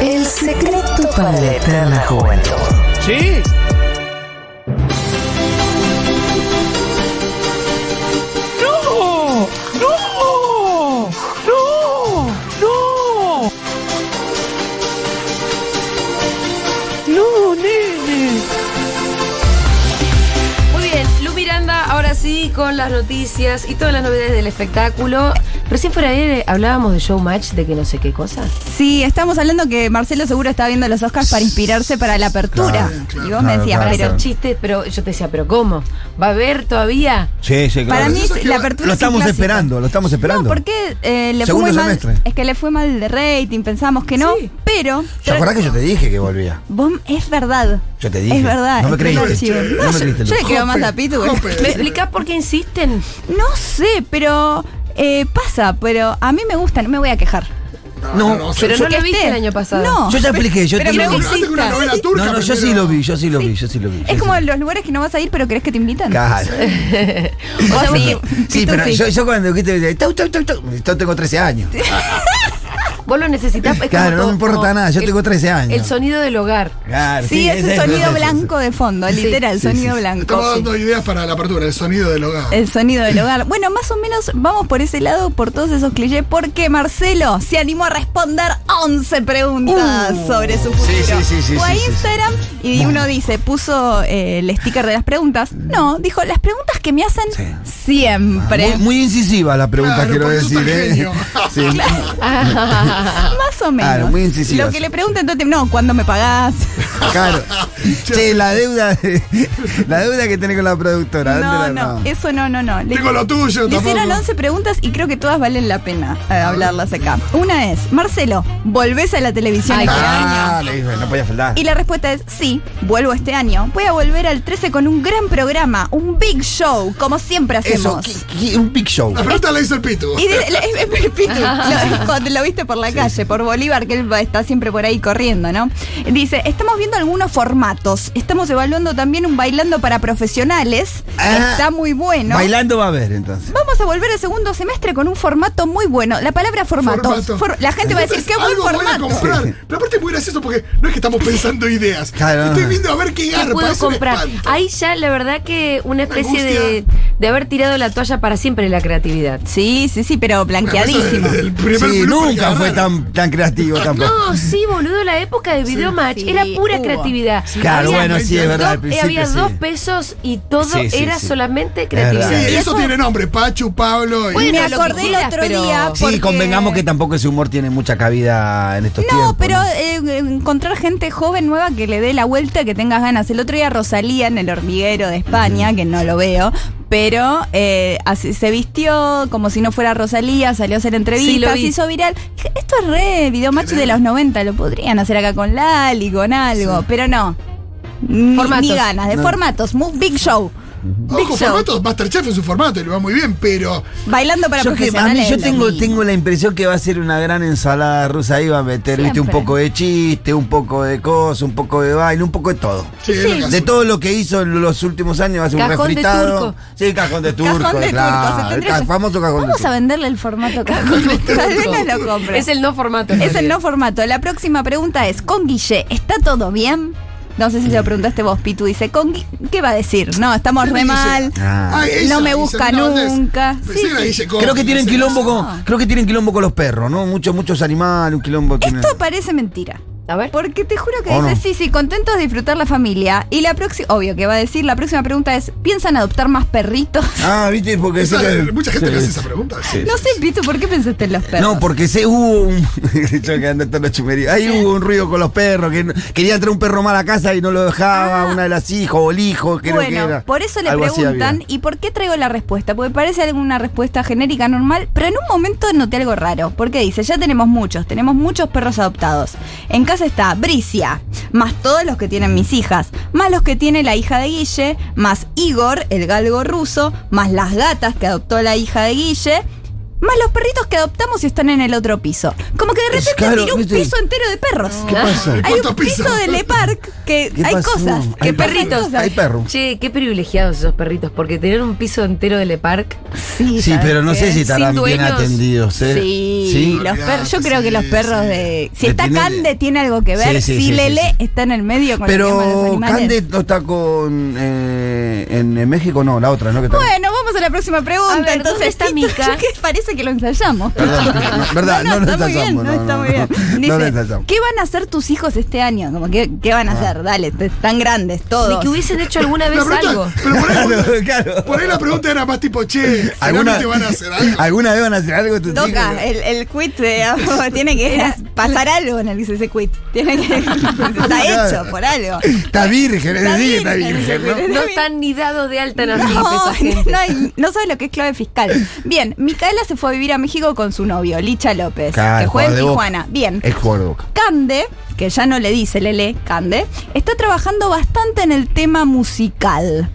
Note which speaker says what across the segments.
Speaker 1: El secreto para la eterna juventud.
Speaker 2: ¿Sí? ¡No! ¡No! ¡No! ¡No! ¡No, nene!
Speaker 3: Muy bien, Lu Miranda, ahora sí, con las noticias y todas las novedades del espectáculo. Recién por ayer eh, hablábamos de Showmatch, de que no sé qué cosa.
Speaker 4: Sí, estamos hablando que Marcelo seguro está viendo los Oscars para inspirarse para la apertura.
Speaker 5: Claro, claro.
Speaker 4: y vos me
Speaker 5: Claro,
Speaker 4: decías,
Speaker 5: claro,
Speaker 4: pero
Speaker 3: Era
Speaker 5: claro.
Speaker 3: un chiste, pero yo te decía, ¿pero cómo? ¿Va a haber todavía?
Speaker 5: Sí, sí, claro.
Speaker 4: Para mí la apertura
Speaker 5: Lo
Speaker 4: es un
Speaker 5: estamos
Speaker 4: clásico.
Speaker 5: esperando, lo estamos
Speaker 4: No,
Speaker 5: esperando.
Speaker 4: porque eh, le
Speaker 5: Segundo
Speaker 4: fue muy mal.
Speaker 5: semestre.
Speaker 4: Es que le fue mal de rating, pensamos que no,
Speaker 3: Sí.
Speaker 4: pero
Speaker 5: ¿Te acordás que yo te dije que volvía?
Speaker 4: vos, es verdad.
Speaker 5: Yo te dije.
Speaker 4: Es verdad.
Speaker 5: No me
Speaker 4: es verdad,
Speaker 5: creíste.
Speaker 4: chivo.
Speaker 5: No
Speaker 4: No,
Speaker 5: me
Speaker 4: yo-
Speaker 5: creíste,
Speaker 4: Yo le
Speaker 5: Lu.
Speaker 4: creo más a Pitu. que-
Speaker 3: ¿Me explicás por qué insisten?
Speaker 4: No sé, pero eh, pasa, pero a mí me gusta, no me voy a quejar.
Speaker 6: No,
Speaker 3: Pero no
Speaker 4: que
Speaker 3: lo viste
Speaker 4: esté.
Speaker 3: el año pasado.
Speaker 4: No.
Speaker 6: Yo ya expliqué, yo
Speaker 4: Pero
Speaker 6: te
Speaker 4: me
Speaker 6: lo vi.
Speaker 4: gusta.
Speaker 6: No,
Speaker 4: una novela
Speaker 6: no, yo sí lo vi, yo sí lo vi, yo sí lo vi.
Speaker 4: Es como los lugares que no vas a ir, pero crees que te invitan.
Speaker 5: Claro.
Speaker 4: Vos sí,
Speaker 5: Sí,
Speaker 4: Pitu
Speaker 5: pero
Speaker 4: sí.
Speaker 5: yo, yo cuando dijiste, tau, tau, tau, tau, yo tengo 13 años.
Speaker 3: Vos lo necesitas. es como
Speaker 5: Claro, no
Speaker 3: todo-
Speaker 5: me importa
Speaker 3: como
Speaker 5: nada, yo tengo 13 años.
Speaker 3: El sonido del hogar.
Speaker 5: Claro,
Speaker 4: Sí, es un
Speaker 5: eso,
Speaker 4: sonido
Speaker 5: eso, eso.
Speaker 4: blanco de fondo, literal,
Speaker 5: sí,
Speaker 4: sonido
Speaker 5: sí.
Speaker 4: blanco.
Speaker 6: Estamos
Speaker 4: sí. Eh,
Speaker 6: dando ideas para la apertura, el sonido del hogar.
Speaker 4: El sonido del hogar. Bueno, más o menos vamos por ese lado, por todos esos clichés, porque Marcelo se animó a responder 11 preguntas sobre su futuro.
Speaker 5: Uh. sí, sí, sí,
Speaker 4: Fue a
Speaker 5: sí, sí, sí.
Speaker 4: Instagram y uno dice, puso eh, el sticker de las preguntas. No, dijo, las preguntas que me hacen siempre.
Speaker 5: Ah, Muy, muy incisiva la pregunta,
Speaker 6: Claro,
Speaker 5: quiero
Speaker 6: por eso
Speaker 5: decir.
Speaker 6: tan
Speaker 5: ¿eh?
Speaker 6: genio.
Speaker 5: Sí.
Speaker 4: Más o menos.
Speaker 5: Claro, muy incisivas.
Speaker 4: Lo que le preguntan, entonces, no, ¿cuándo me pagás?
Speaker 5: Claro. Che, la deuda, la deuda que tenés con la productora.
Speaker 4: No,
Speaker 5: ¿dónde la-
Speaker 4: no, eso no, no, no. Le-
Speaker 6: Tengo lo tuyo,
Speaker 4: Le hicieron
Speaker 6: tampoco.
Speaker 4: 11 preguntas y creo que todas valen la pena eh, hablarlas acá. Una es, Marcelo, ¿volvés a la televisión
Speaker 3: Ay,
Speaker 4: este
Speaker 3: qué
Speaker 5: Ah,
Speaker 4: año?
Speaker 5: le dije, no podía faltar.
Speaker 4: Y la respuesta es, sí, vuelvo este año. Voy a volver al 13 con un gran programa, un big show, como siempre
Speaker 5: Eso,
Speaker 4: hacemos.
Speaker 5: qui- qui- un big show.
Speaker 6: La pregunta la hizo el Pitu.
Speaker 4: Y de- le- es- es- Pitu, lo- cuando lo viste por la calle, por Bolívar, que él va- está siempre por ahí corriendo, ¿no? Dice, estamos viendo algunos formatos. Estamos evaluando también un bailando para profesionales.
Speaker 5: Ah.
Speaker 4: está muy bueno.
Speaker 5: Bailando va a haber entonces.
Speaker 4: Vamos a volver al segundo semestre con un formato muy bueno. La palabra formato.
Speaker 6: Formato.
Speaker 4: For- la gente va a decir, qué buen
Speaker 6: Algo voy a
Speaker 4: formato.
Speaker 6: comprar.
Speaker 5: Sí, sí.
Speaker 6: Pero aparte es muy gracioso porque no es que estamos pensando ideas.
Speaker 5: Claro.
Speaker 6: Estoy viendo a ver qué
Speaker 3: ¿Qué
Speaker 6: garpa.
Speaker 3: puedo
Speaker 6: es un
Speaker 3: comprar?
Speaker 6: espanto.
Speaker 3: Ahí ya, la verdad, que una especie
Speaker 6: angustia.
Speaker 3: de, de haber tirado la toalla para siempre la creatividad.
Speaker 4: Sí, sí, sí, pero
Speaker 6: Eso
Speaker 4: blanqueadísimo.
Speaker 6: desde el primer
Speaker 5: Sí,
Speaker 6: blooper que
Speaker 5: nunca fue
Speaker 6: agarraron.
Speaker 5: tan, tan creativo tampoco.
Speaker 3: No, sí, boludo, la época de Videomatch
Speaker 4: Sí,
Speaker 3: era pura
Speaker 4: hubo.
Speaker 3: creatividad.
Speaker 5: Claro, bueno, sí, es verdad.
Speaker 3: dos- eh,
Speaker 5: al principio
Speaker 3: había
Speaker 5: sí.
Speaker 3: dos pesos y todo
Speaker 5: Sí, sí,
Speaker 3: era
Speaker 5: sí.
Speaker 3: solamente
Speaker 5: Es
Speaker 6: Sí,
Speaker 3: creatividad.
Speaker 5: verdad.
Speaker 6: eso tiene nombre, Pachu, Pablo y
Speaker 3: Bueno, lo
Speaker 4: Me
Speaker 3: que
Speaker 4: acordé el
Speaker 3: quieras,
Speaker 4: otro
Speaker 3: pero-
Speaker 4: día.
Speaker 5: Sí,
Speaker 4: porque-
Speaker 5: convengamos que tampoco ese humor tiene mucha cabida en estos tiempos.
Speaker 4: No, pero eh, encontrar gente joven nueva que le dé la vuelta, que tengas ganas. El otro día Rosalía en el hormiguero de España, que no lo veo, pero eh, así- se vistió como si no fuera Rosalía, salió a hacer
Speaker 3: Sí, lo
Speaker 4: entrevistas,
Speaker 3: vi.
Speaker 4: hizo viral. Dije, Esto es re videomatch de los 90, lo podrían hacer acá con Lali, con algo, pero no. Ni,
Speaker 3: Formatos.
Speaker 4: ni ganas, de formatos, Move Big Show. Big
Speaker 6: Ojo,
Speaker 4: Show.
Speaker 6: formatos, Masterchef en su formato y le va muy bien, pero
Speaker 4: Bailando para
Speaker 5: Yo, que- a mí
Speaker 4: profesionales.
Speaker 5: yo
Speaker 4: lo
Speaker 5: tengo,
Speaker 4: mismo.
Speaker 5: tengo la impresión que va a ser una gran ensalada rusa. Ahí va a meter, viste, un
Speaker 4: Siempre.
Speaker 5: poco de chiste, un poco de cosa, un poco de baile, un poco de todo.
Speaker 6: sí, es lo que
Speaker 5: De
Speaker 6: hace.
Speaker 5: todo lo que hizo en los últimos años, va a ser un
Speaker 3: Cajón de
Speaker 5: refritado.
Speaker 3: turco.
Speaker 5: Sí, cajón de turco,
Speaker 4: Cajón de
Speaker 5: claro.
Speaker 4: turco, se
Speaker 5: el
Speaker 4: tendría
Speaker 5: ca-
Speaker 4: que-
Speaker 5: famoso cajón de
Speaker 4: Vamos
Speaker 5: turco.
Speaker 4: a venderle el formato cajón de turco. Tal vez no lo compre.
Speaker 3: Es el no formato. en
Speaker 4: Es el
Speaker 3: realidad.
Speaker 4: no formato. La próxima pregunta es, con Guille, ¿está todo bien? No sé si lo preguntaste vos, Pitu. Dice, ¿con Gui- ¿qué va a decir? No, estamos re
Speaker 6: Dice,
Speaker 4: mal.
Speaker 5: Ah.
Speaker 6: "Ay, esa,
Speaker 4: No me
Speaker 6: dice,
Speaker 4: busca
Speaker 6: no, Andrés".
Speaker 4: nunca.
Speaker 6: Sí,
Speaker 4: Sí,
Speaker 6: la
Speaker 4: sí.
Speaker 6: dice,
Speaker 5: Creo que tienen
Speaker 6: dice,
Speaker 5: quilombo con, creo que tienen quilombo con los perros, ¿no? Muchos, muchos animales, un quilombo tienen.
Speaker 4: Esto parece mentira.
Speaker 3: A ver.
Speaker 4: Porque te juro que
Speaker 5: ¿O
Speaker 4: dice,
Speaker 5: no?
Speaker 4: sí, sí, contentos de disfrutar la familia. Y la próxima, obvio que va a decir, la próxima pregunta es, ¿piensan adoptar más perritos?
Speaker 5: Ah, viste, porque
Speaker 6: Esa-
Speaker 5: sí que-
Speaker 6: mucha gente
Speaker 5: sí.
Speaker 6: le hace esa pregunta.
Speaker 4: No sé, Pitu, ¿por qué pensaste en los perros?
Speaker 5: No, porque se hubo un. Yo que ando todos los chumeríos. Ahí hubo un ruido con los perros. que no- Querían traer un perro mal a casa y no lo dejaba. Una de las hijas o el hijo, creo que
Speaker 4: Ah. bueno,
Speaker 5: era.
Speaker 4: por eso le
Speaker 5: Algo así había.
Speaker 4: preguntan, ¿y por qué traigo la respuesta? Porque parece alguna respuesta genérica normal, pero en un momento noté algo raro, porque dice, ya tenemos muchos, tenemos muchos perros adoptados. En casa está Bricia, más todos los que tienen mis hijas, más los que tiene la hija de Guille, más Igor, el galgo ruso, más las gatas que adoptó la hija de Guille. Más los perritos que adoptamos y están en el otro piso. Como que de
Speaker 5: Es
Speaker 4: repente
Speaker 5: claro,
Speaker 4: tiró un
Speaker 5: ¿viste?
Speaker 4: piso entero de perros.
Speaker 5: ¿Qué pasa?
Speaker 4: Hay
Speaker 6: ¿Cuántos
Speaker 4: un piso
Speaker 6: pisos?
Speaker 4: de Le Parc que
Speaker 5: ¿Qué
Speaker 4: hay
Speaker 5: pasó?
Speaker 4: cosas.
Speaker 5: Hay
Speaker 4: que pasan
Speaker 3: perritos,
Speaker 4: cosas.
Speaker 5: Hay perro.
Speaker 3: Che, qué privilegiados esos perritos, porque tener un piso entero de Le Parc.
Speaker 4: Sí,
Speaker 5: Sí,
Speaker 4: ¿sabes
Speaker 5: pero no
Speaker 4: qué?
Speaker 5: sé si estarán
Speaker 3: Sin
Speaker 5: bien
Speaker 3: dueños.
Speaker 5: atendidos. ¿eh?
Speaker 4: Sí, los per- yo
Speaker 6: Olvidate,
Speaker 4: creo que los
Speaker 6: sí,
Speaker 4: perros
Speaker 6: sí.
Speaker 4: de. Si
Speaker 5: De
Speaker 4: está
Speaker 5: tener-
Speaker 4: Cande, tiene algo que ver.
Speaker 5: Sí, sí,
Speaker 4: si
Speaker 5: sí,
Speaker 4: Lele
Speaker 5: sí, sí.
Speaker 4: está en el medio con el tema de los
Speaker 5: Pero
Speaker 4: animales.
Speaker 5: Cande no está con. eh, en, en México, no, la otra, ¿no? Que está-
Speaker 4: Bueno, vamos a la próxima pregunta.
Speaker 3: A ver,
Speaker 4: Entonces,
Speaker 3: ¿dónde está
Speaker 4: Tito,
Speaker 3: Mica?
Speaker 4: yo que parece que lo ensayamos.
Speaker 5: Perdón, no, verdad, no, lo
Speaker 4: está muy bien,
Speaker 5: ensayamos,
Speaker 4: no,
Speaker 5: no,
Speaker 4: está
Speaker 5: no,
Speaker 4: muy bien.
Speaker 5: no, no
Speaker 4: Dice,
Speaker 5: lo ensayamos. Ah.
Speaker 4: ¿qué van a hacer tus hijos este año? Como, ¿qué, ¿Qué van a hacer? Dale, te- están grandes
Speaker 3: Ni
Speaker 4: todos.
Speaker 3: que hubiesen hecho alguna vez
Speaker 6: pregunta-
Speaker 3: algo.
Speaker 6: pero por ahí,
Speaker 5: Claro, claro.
Speaker 6: por ahí la pregunta era más tipo, che,
Speaker 5: ¿Alguna,
Speaker 6: ¿finalmente van a hacer algo?
Speaker 5: ¿Alguna vez van a hacer algo tus hijos?
Speaker 4: Toca, eh. el, el quit de- tiene que pasar algo en el que se dice quit. Tiene que, está hecho por algo.
Speaker 5: Está virgen, es decir, está virgen, ¿no?
Speaker 3: No están ni dados de alta en Argentina
Speaker 4: No,
Speaker 3: esa gente.
Speaker 4: no, hay- no sabe lo que es clave fiscal. Bien, Micaela se fue a vivir a México con su novio, Licha López,
Speaker 5: Claro,
Speaker 4: que juega en
Speaker 5: de Boca. Eh.
Speaker 4: Tijuana. Bien.
Speaker 5: Es jugador de boca.
Speaker 4: Cande, que ya no le dice Lele, Cande, está trabajando bastante en el tema musical.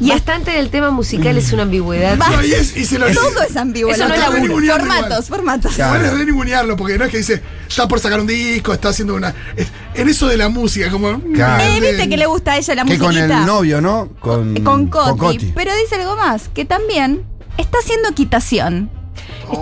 Speaker 3: Y
Speaker 4: Y hasta
Speaker 3: bastante del tema musical es una ambigüedad.
Speaker 4: Va.
Speaker 6: No, y, es- y se lo
Speaker 4: todo es ambiguo.
Speaker 3: Eso
Speaker 4: lo
Speaker 3: no es
Speaker 4: que-
Speaker 3: laburo.
Speaker 4: Formatos, formatos.
Speaker 5: Claro.
Speaker 6: Igual es re ningunearlo, porque no es que dice, está por sacar un disco, está haciendo una. es- En eso de la música, como. mm,
Speaker 5: Claro.
Speaker 4: Eh, ¿Viste que le gusta a ella la
Speaker 5: Que con
Speaker 4: musiquita? Eh,
Speaker 5: el novio, ¿no? Con,
Speaker 4: Con
Speaker 5: con
Speaker 4: Coti. Pero dice algo más, que también está haciendo equitación.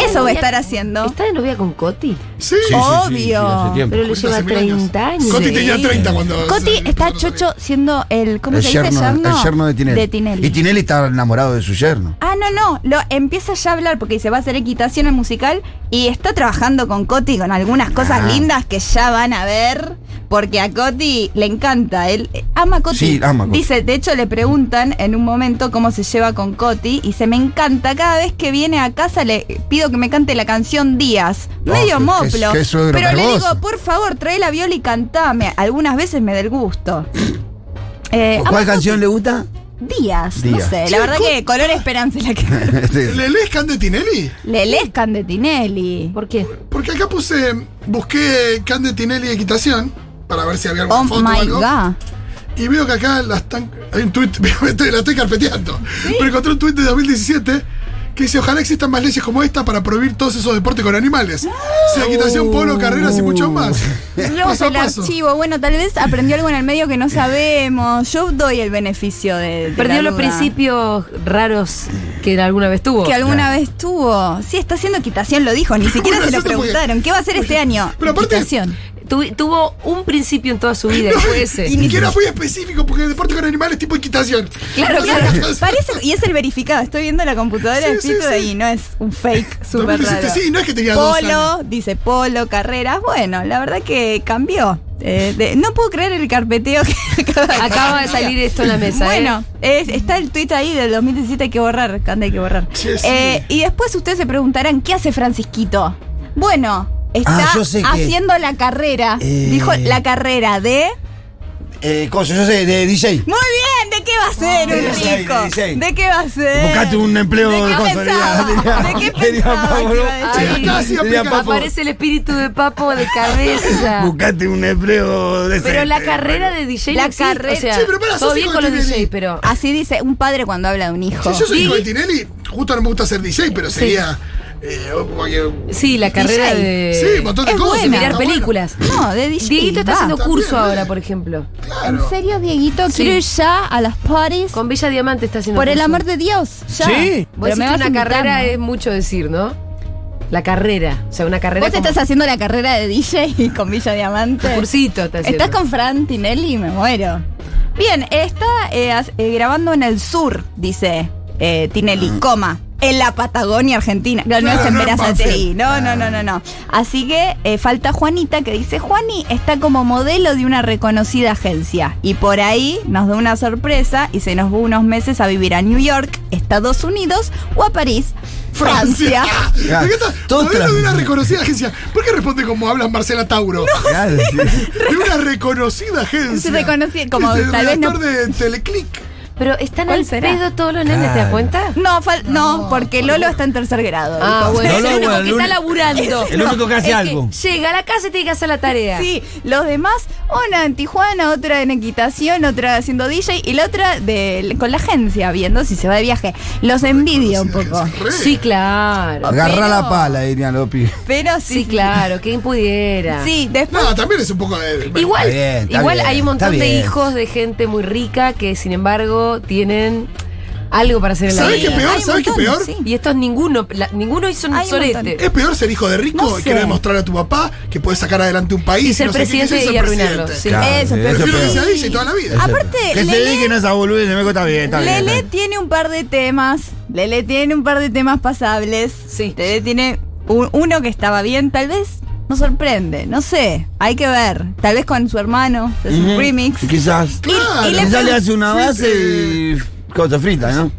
Speaker 4: Eso va a estar haciendo.
Speaker 3: Oh. ¿Está de novia con Coti?
Speaker 6: Sí. Oh,
Speaker 5: Sí, sí, sí, sí,
Speaker 4: Obvio.
Speaker 5: hace tiempo.
Speaker 3: Pero le
Speaker 6: Hace
Speaker 3: lleva
Speaker 6: mil años.
Speaker 3: 30 años.
Speaker 6: Coti
Speaker 3: Sí.
Speaker 6: tenía 30 cuando.
Speaker 4: Coti
Speaker 6: se-
Speaker 4: está
Speaker 6: cuando salió.
Speaker 4: chocho siendo el. ¿Cómo
Speaker 5: el,
Speaker 4: se dice?
Speaker 5: yerno,
Speaker 4: Yerno,
Speaker 5: el yerno de Tinelli.
Speaker 4: de Tinelli.
Speaker 5: Y Tinelli está enamorado de su yerno.
Speaker 4: Ah, no, no. Lo empieza ya a hablar porque dice va a hacer equitación en musical y está trabajando con Coti con algunas cosas
Speaker 5: Ah.
Speaker 4: lindas que ya van a ver. Porque a Coti le encanta, él eh, ama a Coti.
Speaker 5: Sí, ama a Coti.
Speaker 4: Dice, de hecho le preguntan en un momento cómo se lleva con Coti y se me encanta, cada vez que viene a casa le pido que me cante la canción Días,
Speaker 5: No,
Speaker 4: medio
Speaker 5: qué-
Speaker 4: moplo.
Speaker 5: qué- qué suegro
Speaker 4: pero le
Speaker 5: garboso.
Speaker 4: digo, por favor, trae la viola y cantame. Algunas veces me da el gusto. Eh, ama a
Speaker 5: ¿Cuál
Speaker 4: Coti.
Speaker 5: canción le gusta?
Speaker 4: Días, no
Speaker 5: Días.
Speaker 4: sé, la verdad que Color Esperanza es la que...
Speaker 5: Sí.
Speaker 6: ¿Le lees Cande Tinelli?
Speaker 4: Lelés Candetinelli.
Speaker 3: ¿Por qué?
Speaker 6: Porque acá puse. Busqué Cande Tinelli Equitación. Para ver si había alguna
Speaker 4: Oh
Speaker 6: foto o
Speaker 4: my
Speaker 6: algo.
Speaker 4: god.
Speaker 6: Y veo que acá la están. Hay un tuit. me estoy- la estoy carpeteando. Pero encontré un tuit de 2017 que dice: Ojalá existan más leyes como esta para prohibir todos esos deportes con animales. Sea equitación, polo, carreras y mucho más.
Speaker 4: Luego el archivo. Bueno, tal vez aprendió algo en el medio que no sabemos. Yo doy el beneficio de. de
Speaker 3: Perdió
Speaker 4: la
Speaker 3: los
Speaker 4: duda.
Speaker 3: principios raros que alguna vez tuvo.
Speaker 4: Que alguna vez tuvo. Sí, está haciendo equitación, lo dijo. Ni siquiera se lo
Speaker 6: gracioso porque-
Speaker 4: preguntaron. ¿Qué va a hacer este año?
Speaker 6: Pero aparte-
Speaker 4: Equitación.
Speaker 3: Tu- tuvo un principio en toda su vida,
Speaker 6: No,
Speaker 3: fue
Speaker 6: y
Speaker 3: ese.
Speaker 6: ni siquiera fui específico porque el deporte con animales es tipo equitación.
Speaker 3: Claro,
Speaker 6: Entonces,
Speaker 3: claro.
Speaker 6: entonces,
Speaker 4: Parece, y es el verificado. Estoy viendo la computadora
Speaker 6: Sí,
Speaker 4: de
Speaker 6: sí,
Speaker 4: Fito
Speaker 6: sí.
Speaker 4: y no es un fake súper
Speaker 6: 2017,
Speaker 4: raro.
Speaker 6: sí, no es que tenía dos
Speaker 4: Polo, dice polo, carreras. Bueno, la verdad que cambió. Eh, de- no puedo creer el carpeteo que acaba de,
Speaker 3: Acaba de salir esto en la mesa. ¿eh?
Speaker 4: Bueno, es- está el tuit ahí del 2017, hay que borrar, Cande, hay que borrar.
Speaker 6: Sí, sí.
Speaker 4: Eh, y después ustedes se preguntarán, ¿qué hace Francisquito? Bueno, está
Speaker 5: Ah, yo sé que-
Speaker 4: haciendo la carrera.
Speaker 5: Eh.
Speaker 4: Dijo la carrera de...
Speaker 5: Eh, coso, yo sé, de DJ.
Speaker 4: Muy bien, ¿de qué va a ser
Speaker 5: Ah, De
Speaker 4: un
Speaker 5: diseño,
Speaker 4: rico?
Speaker 5: de diseño.
Speaker 4: ¿De qué va a ser?
Speaker 5: Buscate un empleo
Speaker 4: ¿De qué
Speaker 5: de
Speaker 4: pensaba?
Speaker 5: consolidado.
Speaker 4: ¿De qué
Speaker 5: Tenía
Speaker 4: pensaba
Speaker 5: pavo,
Speaker 4: que
Speaker 5: ¿no?
Speaker 4: iba a
Speaker 6: Sí,
Speaker 4: decir?
Speaker 3: Ay,
Speaker 6: acá sí
Speaker 5: Tenía
Speaker 6: aplica.
Speaker 5: papo.
Speaker 3: Aparece el espíritu de papo de cabeza.
Speaker 5: Buscate un empleo de eh,
Speaker 3: Pero la carrera de DJ
Speaker 4: La
Speaker 3: no existe,
Speaker 4: carrera-
Speaker 3: o sea,
Speaker 6: Sí, pero pará,
Speaker 3: todo
Speaker 6: sos
Speaker 3: bien
Speaker 6: hijo
Speaker 3: con los
Speaker 6: de Tinelli.
Speaker 3: DJs, pero
Speaker 4: Así dice un padre cuando habla de un hijo.
Speaker 6: Sí, yo soy
Speaker 3: Y-
Speaker 6: hijo de Tinelli, justo no me gusta ser DJ, pero sería. eh, como que-
Speaker 3: sí, la carrera
Speaker 4: DJ.
Speaker 3: de
Speaker 6: sí, un montón de
Speaker 4: es
Speaker 6: cosas.
Speaker 4: buena.
Speaker 6: está
Speaker 3: mirar
Speaker 6: bueno.
Speaker 3: películas.
Speaker 4: No, de DJ.
Speaker 3: Dieguito está
Speaker 4: va.
Speaker 3: haciendo
Speaker 6: Está
Speaker 3: curso
Speaker 6: bien,
Speaker 3: ahora,
Speaker 6: eh.
Speaker 3: por ejemplo.
Speaker 4: ¿En
Speaker 6: Claro.
Speaker 4: serio, Dieguito?
Speaker 3: Sí.
Speaker 4: Quiero ir ya a las parties.
Speaker 3: Con Bella Diamante está haciendo
Speaker 4: Por el
Speaker 3: curso.
Speaker 4: amor de Dios. Ya.
Speaker 2: Sí.
Speaker 3: Vos
Speaker 4: Pero me
Speaker 3: decís que
Speaker 4: vas
Speaker 3: una carrera
Speaker 4: invitando.
Speaker 3: es mucho decir, ¿no? La carrera, o sea, una carrera
Speaker 4: Vos
Speaker 3: como
Speaker 4: estás haciendo la carrera de DJ con Villa Diamante.
Speaker 3: cursito está haciendo.
Speaker 4: Estás con Fran Tinelli me muero. Bien, está eh, as- eh, grabando en el sur, dice eh, Tinelli, coma. En la Patagonia Argentina. No, no
Speaker 6: Claro,
Speaker 4: es en
Speaker 6: no en
Speaker 4: Verazategui.
Speaker 6: Banfield.
Speaker 4: No, no, no, no, no. Así que eh, falta Juanita que dice, Juani está como modelo de una reconocida agencia. Y por ahí nos da una sorpresa y se nos va unos meses a vivir a New York, Estados Unidos o a París, Francia.
Speaker 5: Claro.
Speaker 6: ¿Por qué está
Speaker 5: Todo
Speaker 6: modelo de una
Speaker 5: trans-
Speaker 6: reconocida agencia? ¿Por qué responde como habla Marcela Tauro?
Speaker 5: Claro, sí.
Speaker 6: De una reconocida agencia.
Speaker 4: Es reconocida, como
Speaker 6: Es el
Speaker 4: tal vez no-
Speaker 6: redactor de Teleclick.
Speaker 3: Pero están
Speaker 4: ¿Cuál
Speaker 3: al
Speaker 4: será?
Speaker 3: pedo todos los nenes, ¿te das
Speaker 5: Claro.
Speaker 3: cuenta?
Speaker 4: No, fal- no, porque Lolo está en tercer grado.
Speaker 3: Ah,
Speaker 4: dijo.
Speaker 3: bueno,
Speaker 5: No,
Speaker 3: es
Speaker 5: no,
Speaker 3: el único
Speaker 5: bueno,
Speaker 3: que
Speaker 5: el
Speaker 3: está
Speaker 5: uni-
Speaker 3: laburando.
Speaker 5: el único que hace
Speaker 3: es
Speaker 5: algo.
Speaker 3: llega a la casa y tiene que hacer la tarea.
Speaker 4: Sí, los demás, una en Tijuana, otra en equitación, otra haciendo DJ y la otra de- con la agencia, viendo si se va de viaje. Los envidio un poco.
Speaker 6: Re.
Speaker 3: Sí, claro.
Speaker 5: Agarrá
Speaker 4: Pero-
Speaker 5: la pala, dirían los pibes.
Speaker 4: Pero sí,
Speaker 3: Sí, claro, que impudiera.
Speaker 4: Sí, después.
Speaker 6: No, también es un poco de.
Speaker 3: Igual,
Speaker 5: Está bien, está
Speaker 3: igual
Speaker 5: bien,
Speaker 3: hay un montón
Speaker 5: está
Speaker 3: de
Speaker 5: bien.
Speaker 3: hijos de gente muy rica que sin embargo tienen algo para hacer en la
Speaker 6: ¿Sabés
Speaker 3: vida.
Speaker 6: qué peor?
Speaker 4: Hay un
Speaker 6: ¿Sabés qué
Speaker 4: montón,
Speaker 6: peor?
Speaker 4: sí.
Speaker 3: Y estos ninguno, la- ninguno hizo un
Speaker 4: Hay un
Speaker 3: sorete.
Speaker 6: Es peor ser hijo de rico
Speaker 4: No
Speaker 6: y
Speaker 4: sé.
Speaker 6: querer demostrar a tu papá que puedes sacar adelante un país.
Speaker 3: Y ser
Speaker 6: no sé qué,
Speaker 3: presidente
Speaker 6: que ser
Speaker 3: y arruinarlo,
Speaker 6: presidente.
Speaker 3: sí.
Speaker 4: Eso, pero-
Speaker 5: es
Speaker 6: Prefiero que
Speaker 5: peor.
Speaker 6: sea DJ toda la vida.
Speaker 5: Ah,
Speaker 4: Aparte,
Speaker 5: Que se
Speaker 4: Lele-
Speaker 5: dediquen a esa boludez, me está bien, está bien. está
Speaker 4: Lele
Speaker 5: bien.
Speaker 4: tiene un par de temas. Lele tiene un par de temas pasables.
Speaker 3: Sí.
Speaker 4: Lele tiene un- uno que estaba bien, tal vez. Nos sorprende, no sé. Hay que ver. Tal vez con su hermano. Es un
Speaker 5: Ujú.
Speaker 4: remix.
Speaker 5: Quizás.
Speaker 6: Claro.
Speaker 4: y le
Speaker 5: Quizás le
Speaker 4: pregun-
Speaker 5: hace una base y. Cosa frita, ¿no?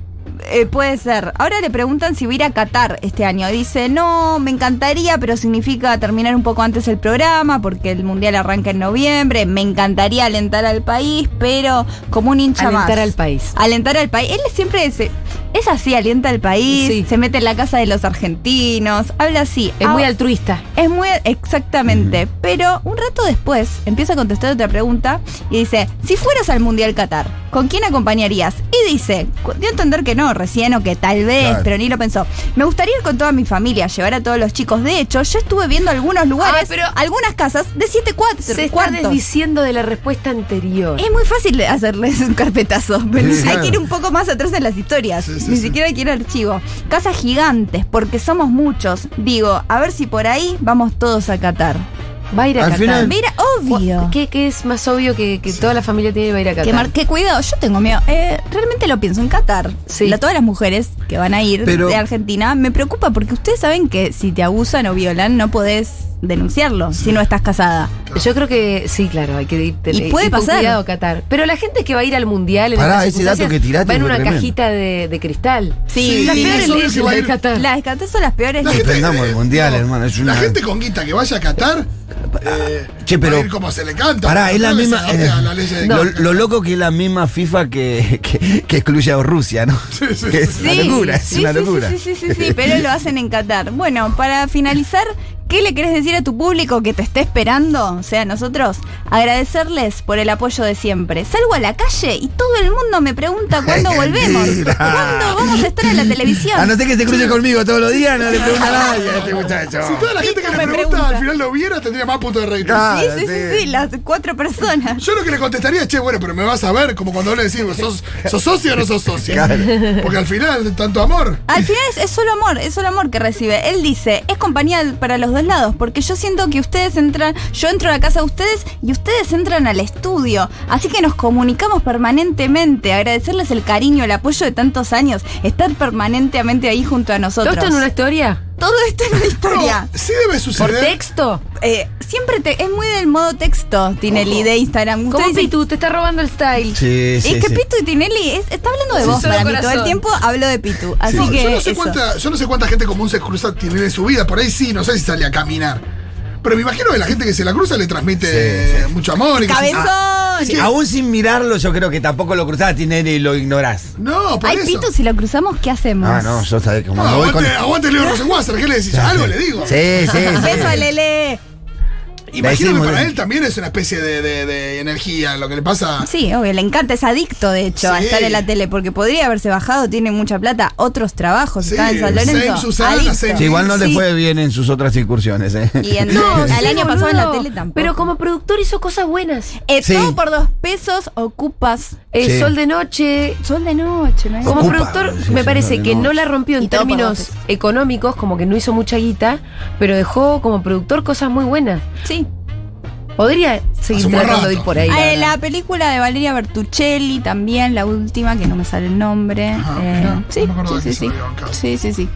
Speaker 4: Eh, puede ser. Ahora le preguntan si va a ir a Qatar este año. Dice, no, me encantaría, pero significa terminar un poco antes el programa porque el Mundial arranca en noviembre. Me encantaría alentar al país, pero como un hincha más.
Speaker 3: Alentar al país.
Speaker 4: Alentar al país. Él siempre se- es así, alienta al país,
Speaker 3: Sí.
Speaker 4: se mete en la casa de los argentinos, habla así.
Speaker 3: Es
Speaker 4: Ah,
Speaker 3: muy altruista.
Speaker 4: es muy exactamente, pero un rato después empieza a contestar otra pregunta y dice, si fueras al Mundial Qatar, ¿con quién acompañarías? Y dice, cu- dio a entender que no, recién o que tal vez,
Speaker 5: Claro.
Speaker 4: pero ni lo pensó. Me gustaría ir con toda mi familia, llevar a todos los chicos. De hecho, yo estuve viendo algunos lugares,
Speaker 3: Ay, pero-
Speaker 4: algunas casas de siete cuartos.
Speaker 3: Se está desdiciendo de la respuesta anterior.
Speaker 4: Es muy fácil hacerles un carpetazo. pero
Speaker 5: Sí,
Speaker 4: hay
Speaker 5: claro.
Speaker 4: que ir un poco más atrás en las historias.
Speaker 6: Sí, sí,
Speaker 4: Ni
Speaker 6: sí.
Speaker 4: siquiera hay que ir al archivo. Casas gigantes, porque somos muchos. Digo, a ver si por ahí vamos todos a Qatar.
Speaker 3: Va a ir a
Speaker 5: Al
Speaker 3: Qatar.
Speaker 5: final-
Speaker 4: Mira, obvio.
Speaker 3: ¿Qué, qué es más obvio que, que toda la familia tiene que va a ir a Qatar?
Speaker 4: Que, mar- que cuidado, yo tengo miedo. Eh, realmente lo pienso en Qatar.
Speaker 3: Sí.
Speaker 4: La- todas las mujeres que van a ir
Speaker 5: Pero-
Speaker 4: de Argentina me preocupa porque ustedes saben que si te abusan o violan no podés denunciarlo si no estás casada.
Speaker 3: Yo creo que sí, claro, hay que ir,
Speaker 4: Y
Speaker 3: ir
Speaker 4: puede
Speaker 3: con
Speaker 4: pasar.
Speaker 3: cuidado a Qatar. Pero la gente que va a ir al mundial en
Speaker 5: Pará,
Speaker 3: estas
Speaker 5: ese dato
Speaker 3: circunstancias,
Speaker 5: que tiraste
Speaker 3: va en
Speaker 5: fue
Speaker 3: una
Speaker 5: tremendo.
Speaker 3: cajita de, de cristal.
Speaker 6: Sí,
Speaker 3: las
Speaker 6: sí,
Speaker 3: peores
Speaker 6: es obvio
Speaker 3: leyes
Speaker 6: que va
Speaker 3: la
Speaker 6: a
Speaker 3: de
Speaker 6: ir-
Speaker 3: Qatar.
Speaker 4: Las descartes son las peores.
Speaker 6: La gente- eh,
Speaker 5: Suspendamos el mundial, hermano, es una-
Speaker 6: La gente con guita que vaya a Qatar. eh,
Speaker 5: Che,
Speaker 6: va
Speaker 5: pero-
Speaker 6: a ir como se le canta.
Speaker 5: Pará, es la
Speaker 6: No se
Speaker 5: misma.
Speaker 6: adapte
Speaker 5: eh,
Speaker 6: a la ley de-
Speaker 5: lo, lo loco que es la misma FIFA que, que, que excluye a Rusia, ¿no?
Speaker 6: Sí, sí,
Speaker 5: es
Speaker 6: sí.
Speaker 5: una locura, es
Speaker 4: sí,
Speaker 5: una
Speaker 4: sí,
Speaker 5: locura.
Speaker 4: Sí, sí, sí, sí, sí, pero lo hacen en Qatar. Bueno, para finalizar, ¿qué le querés decir a tu público que te está esperando? O sea, nosotros agradecerles por el apoyo de siempre. Salgo a la calle y todo el mundo me pregunta cuándo volvemos.
Speaker 5: Mentira.
Speaker 4: ¿Cuándo vamos a estar en la
Speaker 5: A no
Speaker 4: televisión?
Speaker 5: ser que se cruce conmigo todos los días, no le pregunta a nadie a este muchacho.
Speaker 6: Si toda la gente que
Speaker 4: Pica
Speaker 6: le
Speaker 4: me
Speaker 6: pregunta,
Speaker 4: pregunta.
Speaker 6: al final lo viera, tendría más puntos de rating.
Speaker 5: Ah.
Speaker 4: Sí, sí, sí, sí, las cuatro personas.
Speaker 6: Yo lo que le contestaría es, che, bueno, pero me vas a ver, como cuando le decimos, ¿sos, sos socio o no sos socio?
Speaker 5: Claro.
Speaker 6: Porque al final, tanto amor.
Speaker 4: Al final es, es solo amor, es solo amor que recibe. Él dice, es compañía para los dos lados, porque yo siento que ustedes entran, yo entro a la casa de ustedes y ustedes entran al estudio. Así que nos comunicamos permanentemente, agradecerles el cariño, el apoyo de tantos años, estar permanentemente ahí junto a
Speaker 3: ¿Todo
Speaker 4: nosotros.
Speaker 3: esto en una historia?
Speaker 4: Todo esto en una
Speaker 6: Pero
Speaker 4: historia.
Speaker 6: sí debe
Speaker 3: ¿Por
Speaker 6: suceder.
Speaker 3: texto?
Speaker 4: Eh, siempre te, es muy del modo texto, Tinelli, de Instagram.
Speaker 3: ¿Cómo
Speaker 4: Ustedes dicen-
Speaker 3: Pitu? Te está robando el style.
Speaker 5: Sí, sí,
Speaker 4: Es que
Speaker 5: sí.
Speaker 4: Pitu y Tinelli es- está hablando de
Speaker 3: Sí,
Speaker 4: vos
Speaker 3: solo
Speaker 4: para mí. Todo el
Speaker 3: corazón.
Speaker 4: tiempo hablo de Pitu. Así
Speaker 6: No,
Speaker 4: que.
Speaker 6: yo, no sé
Speaker 4: eso.
Speaker 6: cuánta, yo no sé cuánta gente común se cruza tiene en su vida, por ahí sí, no sé si sale a caminar. Pero me imagino que la gente que se la cruza le transmite
Speaker 5: Sí,
Speaker 6: mucho amor. y que-
Speaker 4: Cabezón.
Speaker 5: Ah, Sí, Aún sin mirarlo, yo creo que tampoco lo cruzás, Tinelli, y lo ignorás.
Speaker 6: No, por
Speaker 4: Ay,
Speaker 6: eso.
Speaker 4: Pitu, si lo cruzamos, ¿qué hacemos?
Speaker 5: Ah, no, yo sabés cómo
Speaker 6: No,
Speaker 5: me voy con.
Speaker 6: aguante, aguante Leo Rosenwasser, ¿qué le decís? Algo le digo.
Speaker 5: Sí, sí, sí.
Speaker 4: Beso a Lele.
Speaker 6: Imagino que
Speaker 5: Decimos,
Speaker 6: para
Speaker 5: eh.
Speaker 6: él también es una especie de, de- de energía lo que le pasa.
Speaker 4: Sí, obvio, le encanta, es adicto de hecho a
Speaker 6: Sí.
Speaker 4: estar en la tele, porque podría haberse bajado, tiene mucha plata, otros trabajos,
Speaker 6: Sí,
Speaker 4: estaba en San
Speaker 6: same
Speaker 4: Lorenzo.
Speaker 6: Susana,
Speaker 4: adicto.
Speaker 6: same-
Speaker 5: Sí, igual no le
Speaker 4: Sí.
Speaker 5: fue bien en sus otras incursiones, ¿eh?
Speaker 4: Y en-
Speaker 3: No,
Speaker 4: al
Speaker 3: sí,
Speaker 4: año pasado en la
Speaker 3: boludo.
Speaker 4: tele tampoco.
Speaker 3: Pero como productor hizo cosas buenas.
Speaker 4: Eh,
Speaker 5: Sí.
Speaker 4: Todo por dos pesos ocupas eh,
Speaker 3: El
Speaker 5: Sí.
Speaker 3: sol de noche.
Speaker 4: sol de noche, ¿no?
Speaker 3: Como
Speaker 5: Ocupa,
Speaker 3: productor,
Speaker 5: sí,
Speaker 3: me
Speaker 5: sí,
Speaker 3: parece
Speaker 5: no,
Speaker 3: que
Speaker 5: no.
Speaker 3: no la rompió
Speaker 4: Y
Speaker 3: en
Speaker 4: todo por
Speaker 3: términos
Speaker 4: voces.
Speaker 3: económicos, como que no hizo mucha guita, pero dejó como productor cosas muy buenas.
Speaker 4: Sí.
Speaker 3: Podría seguir
Speaker 6: Hace un buen
Speaker 3: tratando de
Speaker 6: rato.
Speaker 3: ir por ahí. la
Speaker 4: Ah, eh,
Speaker 3: verdad.
Speaker 4: la película de Valeria Bertuccelli también, la última, que no me sale el nombre.
Speaker 6: Ajá,
Speaker 4: Eh,
Speaker 6: mirá,
Speaker 4: sí,
Speaker 6: no me acordaba
Speaker 4: sí,
Speaker 6: que
Speaker 4: sí,
Speaker 6: salió acá.
Speaker 4: sí. Sí, sí, sí.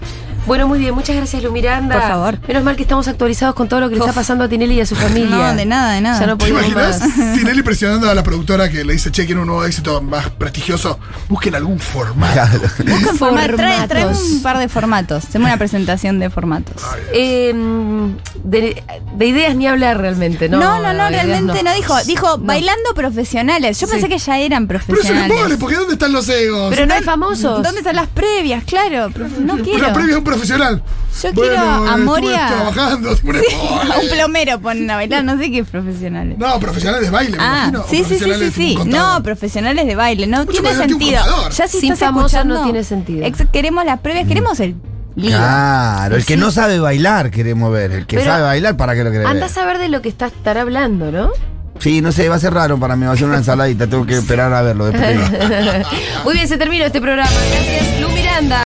Speaker 3: Bueno, muy bien, muchas gracias, Lu Miranda.
Speaker 4: Por favor.
Speaker 3: Menos mal que estamos actualizados con todo lo que le está
Speaker 4: Uf.
Speaker 3: pasando a Tinelli y a su familia.
Speaker 4: No, de nada, de nada.
Speaker 3: Ya no
Speaker 6: ¿Te
Speaker 3: podíamos
Speaker 6: imaginas?
Speaker 3: más.
Speaker 6: Tinelli presionando a la productora que le dice, che, quiero un nuevo éxito más prestigioso. Busquen algún formato.
Speaker 5: Claro.
Speaker 4: Buscan forma- trae, trae
Speaker 3: Formatos.
Speaker 4: un par de formatos. Hacemos una presentación de formatos.
Speaker 3: Eh, mm, de, de ideas ni hablar realmente, ¿no?
Speaker 4: No, no, no,
Speaker 3: de ideas
Speaker 4: realmente no. dijo. Dijo bailando profesionales. Yo
Speaker 3: Sí.
Speaker 4: pensé que ya eran
Speaker 6: Pero eso no
Speaker 4: profesionales.
Speaker 6: vale, porque ¿dónde están los egos?
Speaker 3: Pero no hay famosos.
Speaker 4: ¿Dónde están las previas? Claro, profe, no quiero.
Speaker 6: Una previa a un profesional.
Speaker 4: Yo quiero a
Speaker 6: estuve
Speaker 4: Moria.
Speaker 6: trabajando. tuve un
Speaker 4: Sí,
Speaker 6: embole.
Speaker 4: a un plomero ponen a bailar, no sé qué profesionales.
Speaker 6: No, profesional de baile, me
Speaker 4: ah,
Speaker 6: imagino. o
Speaker 4: sí, sí, sí,
Speaker 6: profesionales
Speaker 4: sí,
Speaker 6: de
Speaker 4: sí.
Speaker 6: un contador.
Speaker 4: No, profesionales de baile, no
Speaker 6: Mucho
Speaker 4: tiene
Speaker 6: más divertido un
Speaker 4: sentido.
Speaker 6: contador.
Speaker 4: Ya si
Speaker 3: Sin
Speaker 4: estás
Speaker 3: famosos
Speaker 4: escuchando-
Speaker 3: no tiene sentido.
Speaker 4: Ex- queremos las previas, queremos el lío.
Speaker 5: Claro, el que
Speaker 4: Sí.
Speaker 5: no sabe bailar queremos ver. El que
Speaker 3: Pero-
Speaker 5: sabe bailar, ¿para qué lo querés
Speaker 3: Anda a
Speaker 5: ver?
Speaker 3: saber de lo que está, estar hablando, ¿no?
Speaker 5: Sí, no sé, va a ser raro para mí, va a ser una ensaladita, tengo que esperar a verlo después.
Speaker 6: Ah.
Speaker 3: Muy bien, se terminó este programa. Gracias, Lu Miranda.